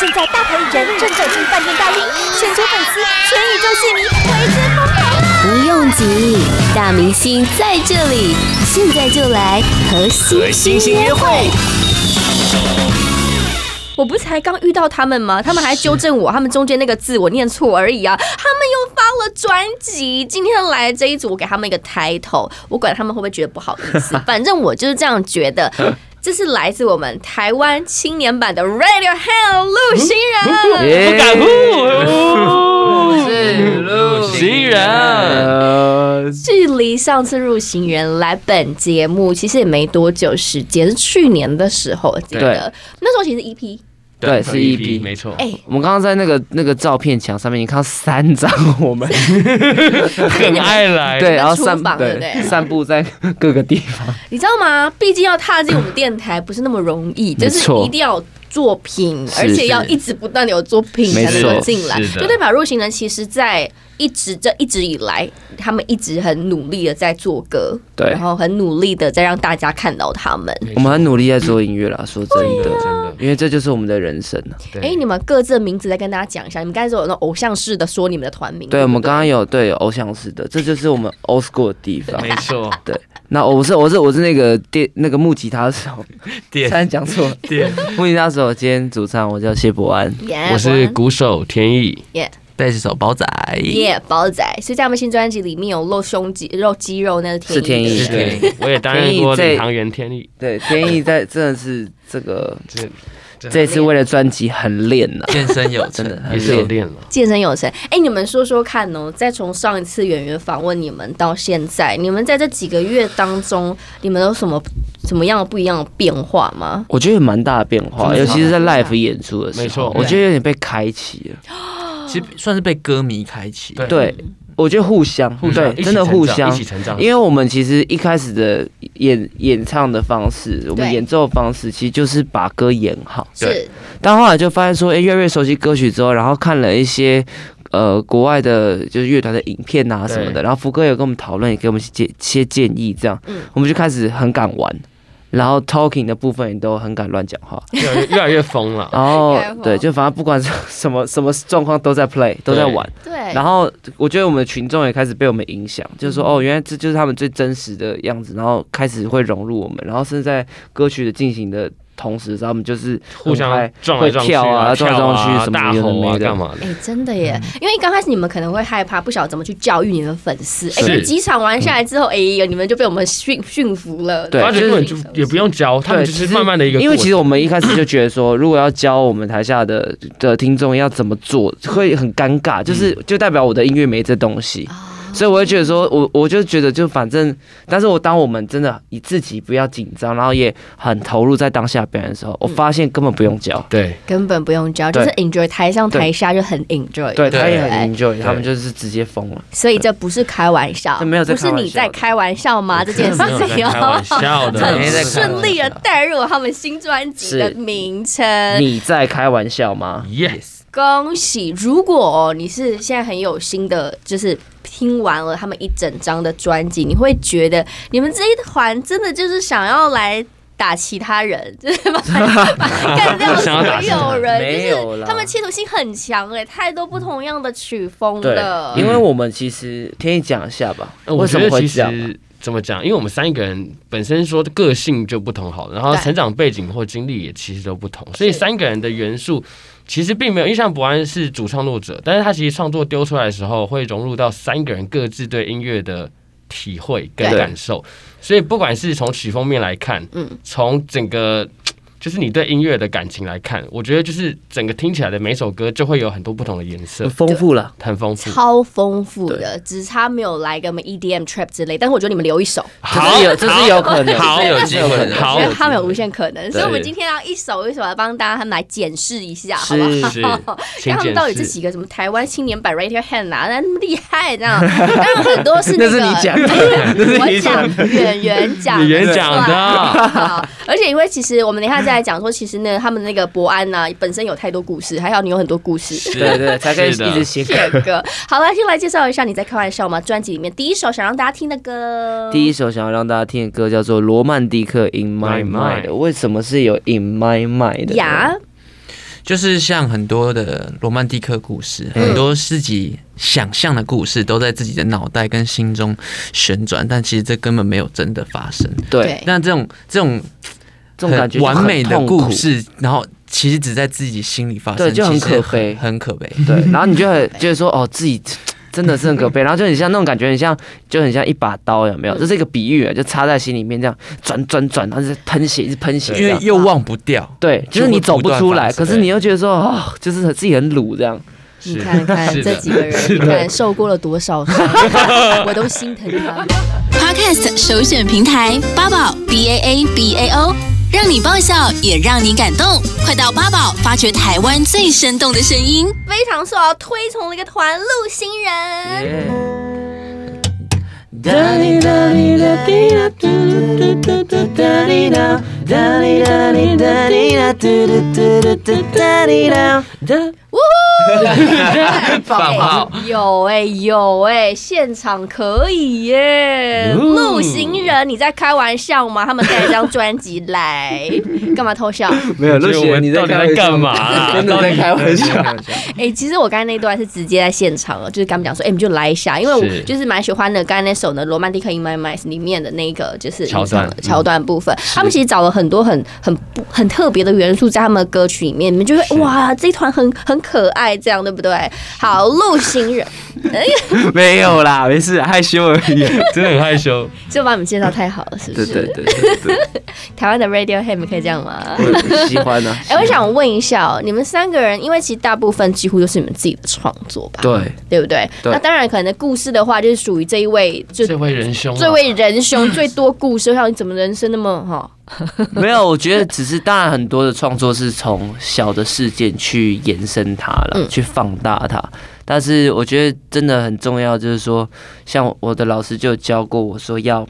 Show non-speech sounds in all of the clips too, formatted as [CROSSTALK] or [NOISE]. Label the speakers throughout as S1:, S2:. S1: 现在大牌艺人正走进饭店大厅，全球粉丝、全宇宙戏迷为之疯狂啊！
S2: 不用急，大明星在这里，现在就来和
S3: 和
S2: 星
S3: 星星约会。
S4: 我不是才刚遇到他们吗？他们还纠正我，他们中间那个字我念错而已啊。他们又发了专辑，今天来这一组，我给他们一个 title，我管他们会不会觉得不好意
S3: [LAUGHS]
S4: 思，反正我就是这样觉得。这是来自我们台湾青年版的
S3: 嗯
S4: Radiohead 陆行人，
S3: 不敢呼，
S5: 是呃陆
S3: 行人。
S4: 距离上次入行人来本节目其实也没多久时间，是去年的时候，我记得
S5: 对
S4: 那时候其实 EP，
S5: 对是一批
S3: 没错。
S4: 哎、
S5: 我们刚刚在那个那个照片墙上面，你看到三张
S3: [LAUGHS]
S5: 我们
S3: 很爱来，
S5: 对，然后
S4: 厨
S5: 散
S4: 房对不对
S5: 散步在各个地方，
S4: 你知道吗？毕竟要踏进我们电台不是那么容易，就
S5: 没
S4: 是
S5: 错
S4: 一定要有作品，
S5: 是
S4: 而且
S5: 是
S4: 要一直不断的有作品才
S5: 没
S4: 能够
S5: 错
S4: 进来。
S3: 是的
S4: 就代表入行人其实，在一直这一直以来，他们一直很努力的在做歌，
S5: 对
S4: 然后很努力的在让大家看到他们。
S5: 我们很努力在做音乐啦，说真
S3: 真
S5: 的
S3: 的，真的。
S5: 因为这就是我们的人生啊。
S3: 对
S4: 哎、你们各自的名字再跟大家讲一下。你们刚才说有那种偶像式的说你们的团名，
S5: 对，我们
S4: 不
S5: 刚刚有对有偶像式的，这就是我们 old school 的地方。
S3: 没错，
S5: 对，那我是我是我是那个电那个木吉他手，
S3: 点
S5: 差点讲错了，
S3: 点。
S5: [LAUGHS] 木吉他手，今天主唱我叫谢博安，
S4: Yeah，
S3: 我是鼓手天意，
S4: 耶
S3: 贝斯手宝仔，
S4: 耶包仔，所以在我们新专辑里面有露胸肌、露肌肉那个
S5: 是天
S4: 意
S5: 意
S4: 的
S3: 是
S5: 是
S3: 天
S5: 天
S3: 意， [LAUGHS] 我也担任过领航员天
S5: [LAUGHS]
S3: 意，
S5: 对，天意在真的是这个
S3: 这
S5: 这次为了专辑很练啊呐、
S6: 健身有成哎
S5: 真的
S3: 也
S5: 很
S3: 是有
S5: 练。
S3: 练了。
S4: 健身有成，哎、你们说说看哦。再从上一次演员访问你们到现在，你们在这几个月当中，你们有什么什么样的不一样的变化吗？
S5: 我觉得有蛮大的变化，
S6: 真
S5: 尤
S6: 的
S5: 其是在
S4: 吗
S5: live 演出的时
S3: 没错
S5: 候，我觉得有点被开启了。
S6: 其实算是被歌迷开启。
S3: 对
S5: 对，我觉得互相，
S3: 互相
S5: 对，真的互相
S3: 一，起成长，
S5: 因为我们其实一开始的演演唱的方式，我们
S4: 对
S5: 演奏的方式，其实就是把歌演好。
S4: 是
S5: 但后来就发现说，哎、越来越熟悉歌曲之后，然后看了一些呃国外的，就是乐团的影片啊什么
S3: 对
S5: 的，然后福哥有跟我们讨论，也给我们一些建一些建议，这样，
S4: 嗯
S5: 我们就开始很敢玩。然后 talking 的部分也都很敢乱讲话，
S3: 越来越越来越疯了。
S5: [LAUGHS] 然后
S4: 该玩
S5: 对，就反正不管是什么 [LAUGHS] 什么状况都在 play，都在
S3: 对
S5: 玩。
S4: 对，
S5: 然后我觉得我们的群众也开始被我们影响，就是说哦，原来这就是他们最真实的样子，然后开始会融入我们，然后甚至在歌曲的进行的同时，他们就是
S3: 互相
S5: 很嗨
S3: 撞来
S5: 会
S3: 撞去
S5: 跳啊，
S3: 跳
S5: 撞来撞去什
S3: 大
S5: 么有的
S3: 吼啊，
S5: 没
S3: 干
S5: 的。
S3: 嘛
S4: 哎、
S3: 的？
S4: 真的耶！因为一刚开始你们可能会害怕，不晓得怎么去教育你们的粉丝。哎、
S3: 是
S4: 可是几场玩下来之后，哎、呦，你们就被我们驯驯服了。
S5: 对
S3: 而且
S5: 就是
S3: 根本就也不用教，他们
S5: 对
S3: 就
S5: 其
S3: 是
S5: 实
S3: 慢慢的一个过程。
S5: 因为其实我们一开始就觉得说，如果要教我们台下的的听众要怎么做，会很尴尬，就是
S3: 嗯
S5: 就代表我的音乐没这东西，
S4: 哦
S5: 所以我会觉得说，我我就觉得就反正，但是我当我们真的以自己不要紧张，然后也很投入在当下表演的时候，我
S4: 嗯
S5: 发现根本不用教，
S3: 对
S4: 根本不用教，就
S5: 对
S4: 是 enjoy 台上
S5: 对
S4: 台下就很 enjoy。
S5: 对，他也
S4: 不
S5: 很
S4: 对
S5: enjoy，他们就是直接疯了。
S4: 所以这不是开玩笑，
S5: 这没有在
S4: 不是
S5: 开玩
S4: 你
S5: 笑
S4: 在
S5: 的
S4: 开玩笑吗？这件事
S3: 没有在
S4: 情
S3: 开玩笑的
S6: 没在
S4: 很
S6: 开玩
S4: 顺利的
S6: 笑
S4: 带入他们新专辑的
S5: 是
S4: 名称。
S5: 你在开玩笑吗？
S3: ，yes，
S4: 恭喜！如果、你是现在很有心的，就是听完了他们一整张的专辑，你会觉得你们这一团真的就是想要来。打其他人，就是把把干掉所
S3: 想要打其他
S4: 有人，
S5: 人没
S4: 就
S5: 有
S4: 是
S5: 啦
S4: 他们企图心很强哎、太多不同样的曲风
S5: 对
S4: 了，。
S5: 因为我们其实天意讲一下吧，
S3: 呃
S5: 为
S3: 我
S5: 什
S3: 觉得
S5: 么会
S3: 其
S5: 这样啊吧？
S3: 实怎么讲？因为我们三个人本身说的个性就不同，好了，然后
S4: 对
S3: 成长背景或经历也其实都不同，所以三个人的元素其实并没有。因为像博安是主创作者，但是他其实创作丢出来的时候，会融入到三个人各自对音乐的体会跟
S4: 对
S3: 感受，所以不管是从曲风面来看，
S4: 嗯
S3: 嗯，从整个。就是你对音乐的感情来看，我觉得就是整个听起来的每首歌就会有很多不同的颜色
S5: 很，丰富了，
S3: 很丰富。
S4: 超丰富的，只差没有来个什么 E EDM trap 之类，但是我觉得你们留一手，
S5: 这是有，这是有可能，
S3: 好
S5: 这
S6: 有
S5: 是
S6: 机会
S5: 可
S6: 的
S5: 能
S3: 好
S4: 因为
S3: 有
S4: 他们有无限可能，所以我们
S3: 对
S4: 今天要一首一首来帮大家他们来检视一下，好不好？
S5: 是
S4: [LAUGHS]
S3: 是，请
S4: 看他们
S3: 见
S4: 到底
S3: 识
S4: 这几个什么台湾青年版 Radiohead 啊，那么厉害这样，当然很多是那个
S5: 那是你讲
S4: [LAUGHS] 我讲演员讲的，
S3: 演员讲的
S4: 好，而且因为其实我们等一下再来讲说，其实呢他们那个伯安呐、本身有太多故事，还好你有很多故事，
S5: [LAUGHS] 对对，才可以一
S3: 是的
S5: 直写歌。
S4: 这个 [LAUGHS] 好了，先来介绍一下你在开玩笑吗？专辑里面第一首想让大家听的歌，
S5: 第一首想要让大家听的歌叫做《罗曼蒂克 In
S3: My
S5: My
S3: Mind
S5: Mind》，为什么是有 In My Mind 的呢？
S4: 呀，
S6: 就是像很多的罗曼蒂克故事，
S5: 嗯
S6: 很多自己想象的故事都在自己的脑袋跟心中旋转，但其实这根本没有真的发生。
S5: 对，
S4: 哎
S6: 但这种这种
S5: 这种感觉
S6: 很
S5: 就很
S6: 完美的
S5: 痛苦
S6: 故，事，然后其实只在自己心里发生，
S5: 对就很
S6: 其实
S5: 可悲
S6: 很可悲。
S5: 对，然后你就很觉得说，哦，自己真的是很可悲，然后就很像那种感觉，很像就很像一把刀，有没有？这是一个比喻，就插在心里面，这样转转转，然后就喷血，一直喷血这
S6: 因为
S5: 样。
S6: 又忘不掉，
S5: 对，就是你走不出来，
S6: 就会不断发生
S5: 可是你又觉得说，哦，就是自己很鲁这样。
S3: 是
S4: 你看看
S3: 是
S4: 这
S3: 的
S4: 几个人，你看受过了多少
S3: [LAUGHS]
S4: 伤，我都心疼他们。
S2: Podcast 首选平台八宝 B A A B A O，让你爆笑也让你感动。快到八宝发掘台湾最生动的声音。
S4: 非常受到推崇的一个团，陆星人。
S6: 放炮
S4: 哎有哎、有哎、现场可以耶！
S3: 哦
S4: 陆行人，你在开玩笑吗？他们带一张专辑来，干嘛偷笑？
S5: 没有
S3: 陆雪你在开玩笑真的在开玩笑。
S4: 哎、其实我刚才那段是直接在现场了，就是跟他们讲说，哎、你们就来一下，因为
S3: 是
S4: 我就是蛮喜欢的刚才那首呢《罗曼蒂克 in My Mind》里面的那个就是
S3: 桥段嗯
S4: 桥段部分，他们其实找了很多很很不很特别的元素在他们的歌曲里面，你们就会哇，这一团很很可爱，这样对不对？好，陆行人， [LAUGHS]
S5: 没有啦，没事，害羞而已。
S3: 真的很害羞。
S4: 就把你们介绍太好了，是不
S5: 对
S4: 是？
S5: 对对对对，
S4: 台湾的 Radiohead 你可以这样吗？
S5: 我喜欢啊。
S4: 哎、我想问一下哦，你们三个人，因为其实大部分几乎都是你们自己的创作吧，
S5: 对，
S4: 对不对？
S5: 对
S4: 那当然，可能故事的话，就是属于这一位，就
S3: 这位仁兄啊，
S4: 这位仁兄最多故事。我想你怎么人生那么哈？ [LAUGHS]
S5: 没有，我觉得只是当然很多的创作是从小的事件去延伸它了，
S4: 嗯
S5: 去放大它。但是我觉得真的很重要，就是说，像我的老师就教过我说，要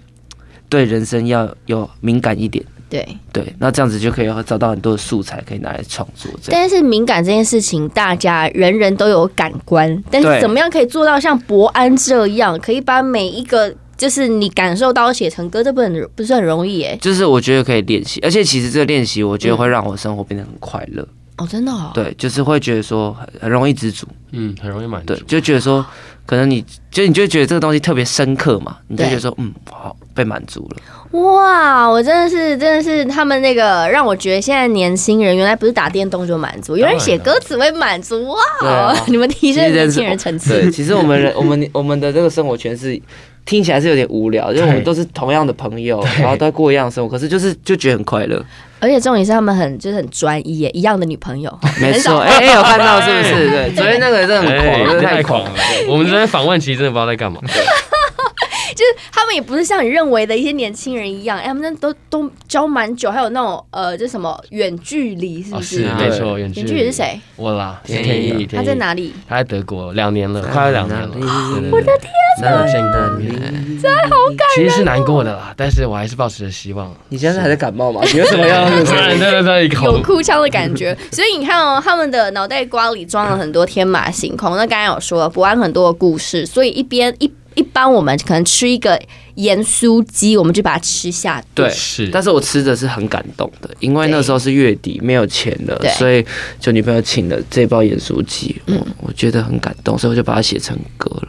S5: 对人生要有敏感一点。
S4: 对，
S5: 对，那这样子就可以找到很多的素材可以拿来创作。这样
S4: 但是敏感这件事情，大家人人都有感官，但是
S5: 对
S4: 怎么样可以做到像伯安这样，可以把每一个就是你感受到写成歌，这不很不是很容易耶？
S5: 就是我觉得可以练习，而且其实这个练习，我觉得会让我生活变得很快乐。
S4: 哦，真的、哦，
S5: 对，就是会觉得说很很容易知足，
S3: 嗯，很容易满足
S5: 对，。就觉得说可能你就你就觉得这个东西特别深刻嘛，你就
S4: 对
S5: 觉得说嗯，好被满足了。
S4: 哇，我真的是，真的是他们那个让我觉得现在年轻人原来不是打电动就满足，原来写歌词会满足哇！
S5: 啊对啊
S4: 你们提
S5: 其
S4: 升
S5: 实
S4: 年
S5: 人是
S4: 轻人层
S5: 对，
S4: 次，
S5: 其 [LAUGHS] 实我们人我们我们的这个生活圈是。听起来是有点无聊，因为我们
S3: 对
S5: 都是同样的朋友，
S3: 对
S5: 然后都在过一样的生活，可是就是就觉得很快乐，
S4: 而且重点是他们很就是很专一耶，一样的女朋
S5: [LAUGHS]
S4: 友，
S5: [LAUGHS] 没错。哎哎，有看到是不是？对，昨天那个真的很
S3: 哎
S5: 狂，真的
S3: 太
S5: 太
S3: 狂
S5: 狂嗯
S3: 了！我们这边访问其实真的不知道在干嘛，
S4: 就是他们也不是像你认为的一些年轻人一样，哎，他们那都都交蛮久，还有那种呃，就什么远距离是
S3: 哦
S4: 不
S3: 是
S4: 是？
S5: 啊
S3: 没错，远距
S4: 远距离是？谁？
S3: 我啦，是
S5: 田
S3: 天
S5: 一
S3: 意，
S4: 他
S3: 天
S4: 在
S3: 意，
S4: 哪里？
S3: 他在德国两年了，快要两年了。对
S5: 我的
S3: 天哪！没有见过面，真好感其实是难过的啦，但是我还是抱持着希望。
S5: 你现在还在感 [LAUGHS] 冒吗？你为什么要？
S3: 突然在在一口
S4: 有哭腔的
S5: [LAUGHS]
S4: 感觉。所以你看哦，他们的脑袋瓜里装了很多天马行空。那刚才有说了，伯安很多的故事，所以一边一一般我们可能吃一个盐酥鸡，我们就把它吃下 [LAUGHS] 肚。
S5: 对，
S3: 是，
S5: 但是我吃的是很感动的，因为那时候是月底，没有钱了
S4: 对，
S5: 所以就女朋友请了这包盐酥鸡，我我觉得很感动，所以我就把它写成歌了。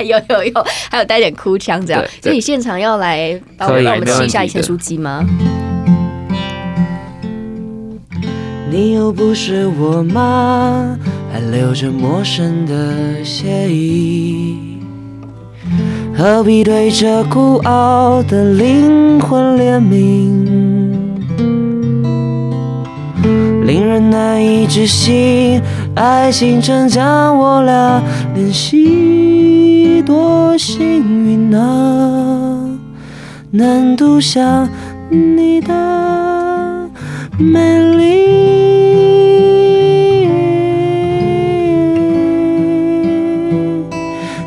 S4: 有有有，还有带点哭腔这样
S5: 对。对
S4: 所以你现场要来帮我
S5: 可以
S4: 让我们
S5: 没问
S4: 吃一
S5: 题
S4: 下
S5: 的
S4: 盐酥鸡吗？
S5: 你又不是我妈，还留着陌生的血意，何必对这孤傲的灵魂怜悯？令人难以置信，爱情曾将我俩联系，多幸运啊！能独享你的美丽，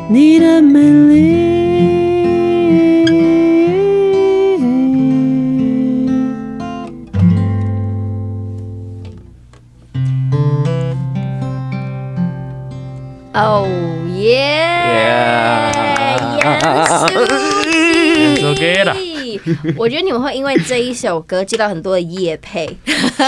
S5: 你的美丽。
S4: 哦耶！盐酥
S5: [LAUGHS]
S3: 盐酥鸡啦
S4: 鸡，以 [LAUGHS] 我觉得你们会因为这一首歌接到很多的夜配，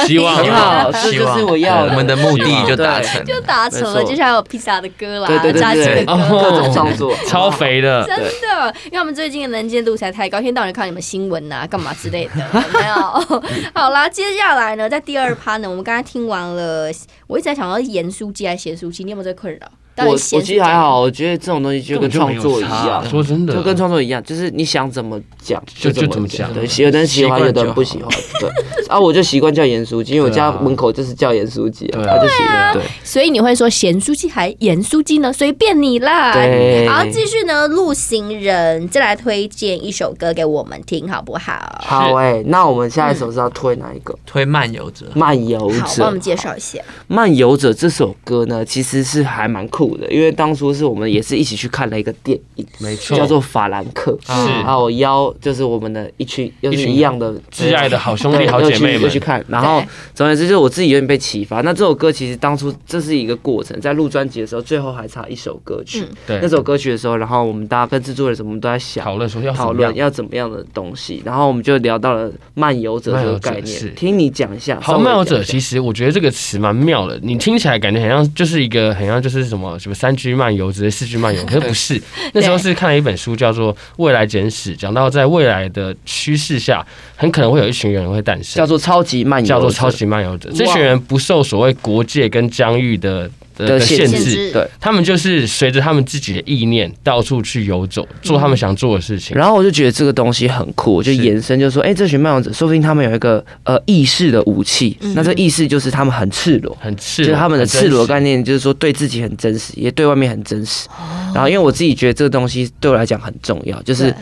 S3: 希望啊
S5: 很好，这
S6: 希
S5: 就
S6: 望
S5: 是我要
S6: 对我们的目的就
S5: 对
S6: 达
S4: [LAUGHS]
S6: 成
S4: 就
S6: 了。
S4: 达成
S5: 没
S4: 了。
S5: 错
S4: 就是还有披萨的歌啦
S5: 对对，
S4: 炸鸡
S5: 对对
S4: 的
S5: 对，
S4: 歌。
S5: 各种创作，
S3: 哦超肥的，
S4: 真的，因为他们最近的能见度才太高，一天到晚看你们新闻呐、干嘛之类的，有没有？ [LAUGHS] 好啦，接下来呢，在第二趴呢，我们刚才听完了，我一直在想要盐酥鸡还是咸酥鸡，你有没有这个困扰？到底
S5: 我我
S4: 咸酥
S5: 其
S4: 鸡
S5: 实还，好，我觉得这种东西就跟创作
S3: 根本
S5: 一
S3: 就没有差啊
S5: 样，
S3: 说真的，
S5: 就跟创作一样，就是你想怎么讲
S3: 就就
S5: 怎
S3: 怎么讲
S5: 对，有的人喜欢，有的人不喜欢，对。啊，我就习惯叫盐酥鸡，因为我家
S3: 对啊
S5: 门口就是叫盐酥鸡，
S3: 对
S5: 啊，
S3: 啊
S5: 就喜欢，对。
S4: 所以你会说咸酥鸡还盐酥鸡呢？随便你啦。
S5: 对
S4: 好，继续呢，路行人再来推荐一首歌给我们听，好不好？
S5: 好哎，那我们下一首是要推哪一个？
S6: 推漫游者，
S5: 漫游
S4: 好，帮我
S5: 者
S4: 们，介绍一下。
S5: 漫游者这首歌呢，其实是还蛮酷的，因为当初是我们也是一起去看了一个电影，
S3: 没错
S5: 叫做《法兰克》，
S3: 是
S5: 然后我邀就是我们的一群又是
S3: 一群
S5: 一样的
S3: 挚爱的好兄
S5: 对
S3: 弟、好
S5: 又
S3: 姐妹
S5: 去
S3: 们
S5: 又去，看。然后
S4: 对
S5: 总而言之，就是我自己有点被启发。那这首歌其实当初这是一个过程，在录专辑的时候，最后还差一首歌曲。
S3: 对
S5: 那首歌曲的时候，然后我们大家跟制作人什么都在想。
S3: 讨论说要怎么
S5: 讨论
S3: 样
S5: 要怎么样的东西，然后我们就聊到了漫游者这个概
S3: 漫游者是
S5: 念。听你讲一下，
S3: 好，
S5: 稍微
S3: 漫游
S5: 讲
S3: 者
S5: 一下
S3: 其实我觉得这个词蛮妙的，你听起来感觉很像就是一个很像就是什么什么三 G 漫游，直接四 G 漫游，可是不
S5: [LAUGHS]
S3: 是。那时候是看了一本书叫做《未来简史》，讲到在未来的趋势下，很可能会有一群人会诞生
S5: 叫，做超级漫游，
S3: 叫做超。级漫游者。这群人不受所谓国界跟疆域的的
S5: 的
S3: 的
S5: 限
S3: 限
S5: 制
S3: 制，
S5: 对，
S3: 他们就是随着他们自己的意念到处去游走，做他们想做的事情。
S5: 然后我就觉得这个东西很酷，我就是延伸就说，哎、这群漫游者说不定他们有一个呃意识的武器，那这意识就是他们很赤裸，
S3: 很赤
S5: 就
S3: 裸，
S5: 是他们的
S3: 很真
S5: 赤裸
S3: 实
S5: 概念，就是说对自己很真实，也对外面很真实。然后，因为我自己觉得这个东西对我来讲很重要，就是
S4: 对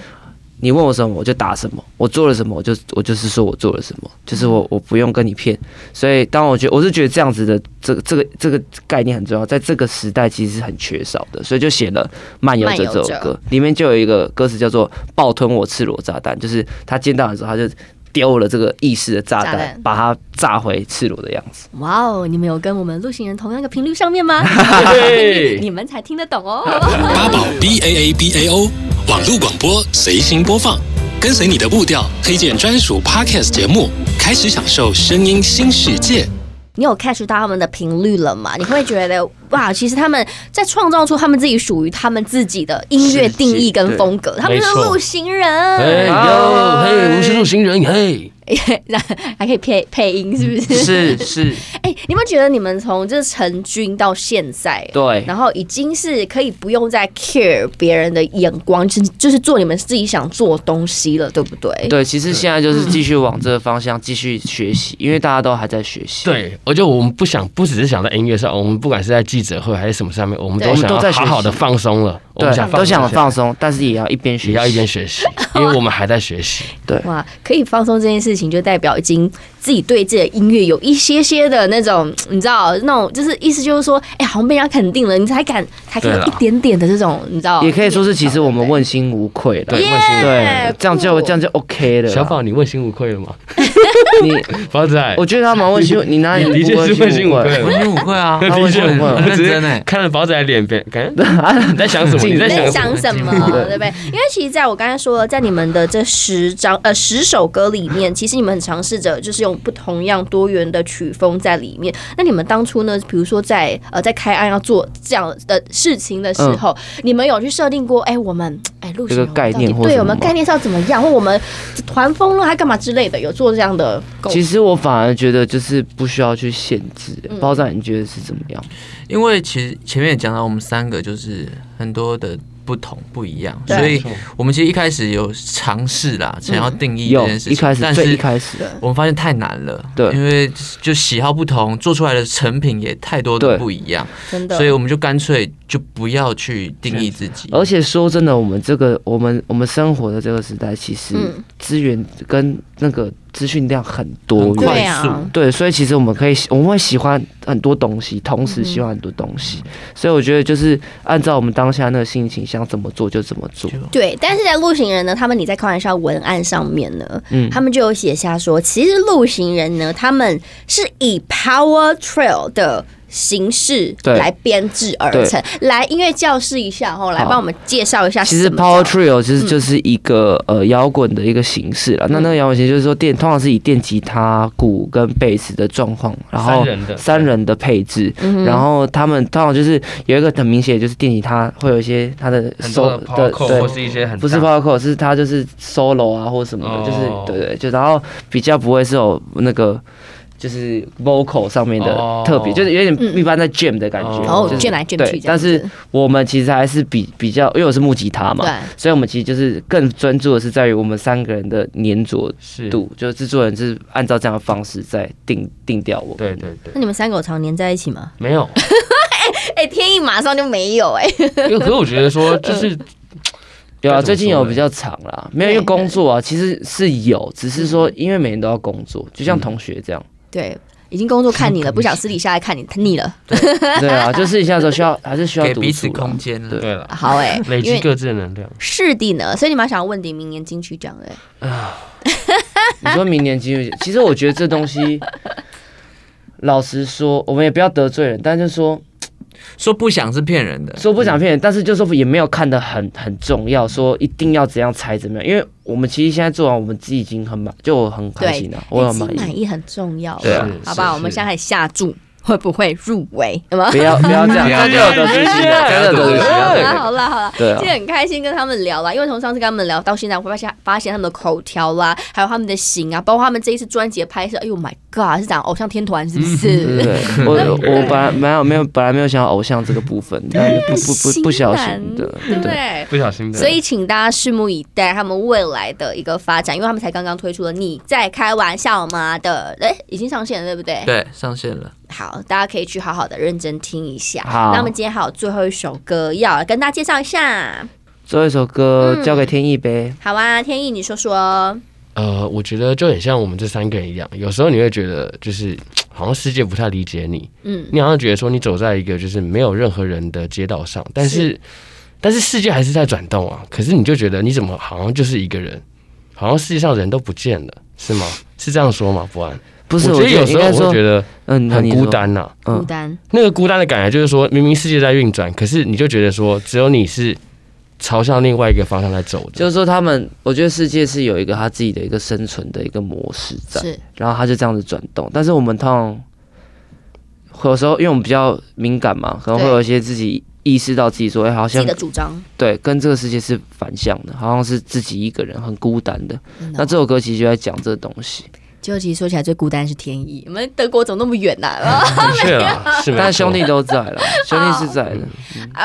S5: 你问我什么我就答什么，我做了什么我就我就是说我做了什么，就是我我不用跟你骗。所以，当我觉得我是觉得这样子的这个这个这个概念很重要，在这个时代其实是很缺少的，所以就写了《漫游者》这
S4: 漫游
S5: 首
S4: 者
S5: 歌，里面就有一个歌词叫做“爆吞我赤裸炸弹”，就是他见到的时候他就。丢了这个意识的炸
S4: 炸
S5: 弹
S4: 弹，
S5: 把它炸回赤裸的样子。
S4: 哇哦，你们有跟我们路行人同样的频率上面吗？
S3: 对
S4: [LAUGHS] 你们才听得懂哦。
S7: 八宝 B A A B A O 网络广播随心播放，跟随你的步调，推荐专属 Podcast 节目，开始享受声音新世界。
S4: [LAUGHS] 你有 catch 到他们的频率了吗？你会觉得哇，其实他们在创造出他们自己属于他们自己的音乐定义跟风格，他们是
S3: 没错
S4: 路行
S3: 哎
S4: 人，
S3: 呦，嘿，我们是路行人，嘿，
S4: [LAUGHS] 那还可以配配音，是不 [LAUGHS] 是？
S5: 是是，
S4: [LAUGHS] 哎、你们觉得你们从这成军到现在，
S5: 对
S4: 然后已经是可以不用再 care 别人的眼光，就是就是做你们自己想做的东西了，对不对？
S5: 对，其实现在
S4: 嗯
S5: 就是继续往这个方向继续学习，因为大家都还在学习。，
S3: 对，而且我们不想，不只是想在音乐上，我们不管是在记者会还是什么上面，我们
S4: 对
S3: 都想
S5: 我们都在
S3: 要
S5: 学习
S3: 好好的放松了，我们想
S5: 对，都想
S3: 放
S5: 放松，但是也要一边学
S3: 松，
S5: 习，
S3: 也要一边学习，因为我们还在学习。
S4: 哇，可以放松这件事情，就代表已经自己对自己的音乐有一些些的那种，你知道，那种就是意思就是说，哎、好像被人家肯定了，你才敢，才可以有
S3: 对啦
S4: 一点点的这种，你知道，
S5: 也可以说是其实我们问心无愧了。
S3: 对，
S5: 对，
S3: 问心无
S4: 耶
S5: 这样就
S4: 酷
S5: 这样就 OK 了啦。
S3: 小宝，你问心无愧了吗？ [LAUGHS]
S5: 你
S3: 宝仔
S5: 我，觉得他蛮问心无，你哪里
S3: [LAUGHS] 你的
S5: 不
S3: 确是问心无
S5: 无
S3: 愧
S5: 愧？
S3: 了
S6: 我。心无愧
S5: [LAUGHS]
S6: 啊，
S3: 的
S5: 问
S3: 确
S5: 心无愧
S3: 我欸
S6: 很
S3: 只
S6: 认真
S3: 是
S6: 哎。
S3: 看了宝仔的脸，别 [LAUGHS] 感觉你在想什么？你在
S4: 你在
S3: 想什
S4: 想？
S3: 么
S4: 什么，对不对？因为其实，在我刚才说了，在你们的这十张呃十首歌里面，其实你们很尝试着就是用不同样多元的曲风在里面。那你们当初呢，比如说在呃在开案要做这样的事情的时候，你们有去设定过，哎，我们哎路
S5: 这
S4: 线
S5: 个
S4: 我们
S5: 概
S4: 到底
S5: 念或什
S4: 对
S5: 么
S4: 我们
S5: 吗
S4: 概念是要怎么样，或我们团风了还干嘛之类的，有做这样的构
S5: 其实我反而觉得就是不需要去限制。包长，你觉得是怎么样？
S6: 因为其实前面也讲到，我们三个就是很多的不同不一样，所以我们其实一开始有尝试啦，想要定义这
S5: 嗯有
S6: 件事情，
S5: 一开始
S6: 但
S5: 最一
S6: 是
S5: 开始
S6: 我们发现太难了，
S5: 对
S6: 因为就喜好不同，做出来的成品也太多
S5: 对
S6: 的不一样，
S4: 真的，
S6: 所以我们就干脆就不要去定义自己，
S5: 而且说真的，我们这个我们我们生活的这个时代，其实
S4: 嗯
S5: 资源跟那个资讯量很多
S6: 很
S5: 元，
S6: 快
S4: 对啊
S6: 速。
S5: 对，所以其实我们可以，我们会喜欢很多东西，同时喜欢很多东西，
S3: 嗯
S5: 所以我觉得就是按照我们当下那个心情，想怎么做就怎么做。
S4: 对，但是在路行人呢，他们你在开玩笑文案上面呢，
S5: 嗯
S4: 他们就有写下说，其实路行人呢，他们是以 Power Trail 的形式
S5: 对
S4: 来编制而成。来音乐教室一下哦，来
S5: 好
S4: 帮我们介绍一下
S5: 其实
S4: 啊什么叫。嗯
S5: Power Trio 其实就是一个、呃摇滚的一个形式了。那
S3: 嗯
S5: 那个摇滚形式就是说电，通常是以电吉他、鼓跟贝斯的状况，然后
S3: 三人的
S5: 三人的配置，
S4: 嗯
S5: 然后他们通常就是有一个很明显，就是电吉他会有一些它的
S3: 很多
S5: 手
S3: 的 power chord 或是一些很
S5: 不是
S3: 大
S5: vocal，是它就是 solo 啊或什么的，
S3: 哦
S5: 就是对对，就然后比较不会是有那个。就是 vocal 上面的
S3: 哦
S5: 特别就是有点
S4: 嗯
S5: 一般在 jam 的感觉，
S3: 哦
S4: 哦
S5: 就是
S4: 卷来卷去这
S5: 对
S4: 样，
S5: 但是
S4: 子
S5: 我们其实还是比比较，因为我是木吉他嘛
S4: 对，
S5: 所以我们其实就是更专注的是在于我们三个人的粘着
S3: 是，
S5: 度，就是制作人是按照这样的方式在定定调我们。
S3: 对对对
S4: 那，你们三个有常黏在一起吗？
S3: 没有，
S4: [LAUGHS] 哎、天意马上就没有哎、
S3: 因为可是我觉得说 [LAUGHS] 就是该
S5: 有啊，
S3: 怎么
S5: 最近有
S3: 说呢
S5: 比较长啦，没有因为
S4: 对嗯
S5: 工作啊，其实是有，只是说因为每人都要工作，就
S3: 嗯
S5: 像同学这样，
S4: 对，已经工作看你了，不想私底下来看你，腻了。
S5: [LAUGHS] 对啊，就私底下的时候需要
S6: [LAUGHS]
S5: 还是需要
S6: 给
S5: 独
S6: 彼此
S5: 处啊啦
S6: 空间了。
S3: 对了，
S4: 好哎、
S3: 累
S4: 因
S3: 积
S4: 为
S3: 各自的能量。
S4: 是的呢，所以你蛮想要问鼎明年金曲奖哎、
S5: [LAUGHS] 你说明年金曲奖，其实我觉得这东西，老实说， [LAUGHS] 我们也不要得罪人，但是说。
S6: 说不想是骗人的，
S5: 说不想骗人，
S6: 嗯
S5: 但是就说也没有看得很很重要，说一定要怎样才怎么样，因为我们其实现在做完，我们自己已经很满，就我很开
S4: 对
S5: 心了、啊我
S4: 哎
S5: 很
S4: 自己
S5: 满
S4: 满
S5: 意。
S4: 意很重要，
S3: 对啊
S4: 好吧，
S3: 是
S4: 我们
S3: 是
S4: 现在开始下注，会不会入围？有吗 [LAUGHS]
S5: 不？要不要这样，
S6: 不要
S5: 真的有得罪心的，真的有得罪
S4: 好
S5: 心
S4: [LAUGHS] 啦好啦
S5: 的。
S4: 好啦好啦，
S5: 对啊
S4: 今天很开心跟他们聊啦，因为从上次跟他们聊到现在，我发现发现他们的口条啦，还有他们的型啊，包括他们这一次专辑的拍摄，哎呦 my god，是讲偶像天团是不
S3: 嗯
S5: 对
S4: 是？
S5: 对，我我本来没有没有本来没有想要偶像这个部分，但是不不不不小心
S4: 心疼，
S5: 的
S4: 对不
S5: 对
S4: 对？
S3: 不小心的，
S4: 所以，请大家拭目以待他们未来的一个发展，因为他们才刚刚推出了《你在开玩笑吗》的，哎，已经上线了，对不对？
S6: 对，上线了。
S4: 好，大家可以去好好的认真听一下。
S5: 好
S4: 那我们今天还有最后一首歌要来跟大家介绍一下，
S5: 最后一首
S4: 嗯
S5: 歌交给天意呗。
S4: 好啊，天意，你说说。
S3: 呃，我觉得就很像我们这三个人一样，有时候你会觉得就是好像世界不太理解你，
S4: 嗯，
S3: 你好像觉得说你走在一个就是没有任何人的街道上，但是但是世界还是在转动啊。可是你就觉得你怎么好像就是一个人，好像世界上人都不见了，是吗？是这样说吗？不安，
S5: 不是，
S3: 我
S5: 我
S3: 觉得有时候
S5: 应该
S3: 我会觉
S5: 说，
S3: 得
S5: 嗯，
S3: 很
S5: 你
S3: 孤
S5: 说，
S3: 单呐、啊
S5: 嗯
S4: 孤单，
S3: 那个孤单的感觉就是说，明明世界在运转，可是你就觉得说只有你是朝向另外一个方向在走的，
S5: 就是说他们，我觉得世界是有一个他自己的一个生存的一个模式在。
S4: 是
S5: 然后它就这样子转动。但是我们通常有时候，因为我们比较敏感嘛，可能会
S4: 对
S5: 有一些自己意识到自己说，哎、好
S4: 自己
S5: 像
S4: 的主张。
S5: 对跟这个世界是反向的，好像是自己一个人很孤单的。
S4: 真的
S5: 那
S4: 哦
S5: 这首歌其实就在讲这个东西，
S4: 就其实说起来最孤单是天意，我们德国怎么那么远呢、
S3: 的确啦，是没有错。
S5: 但兄弟都在了，兄弟是在的。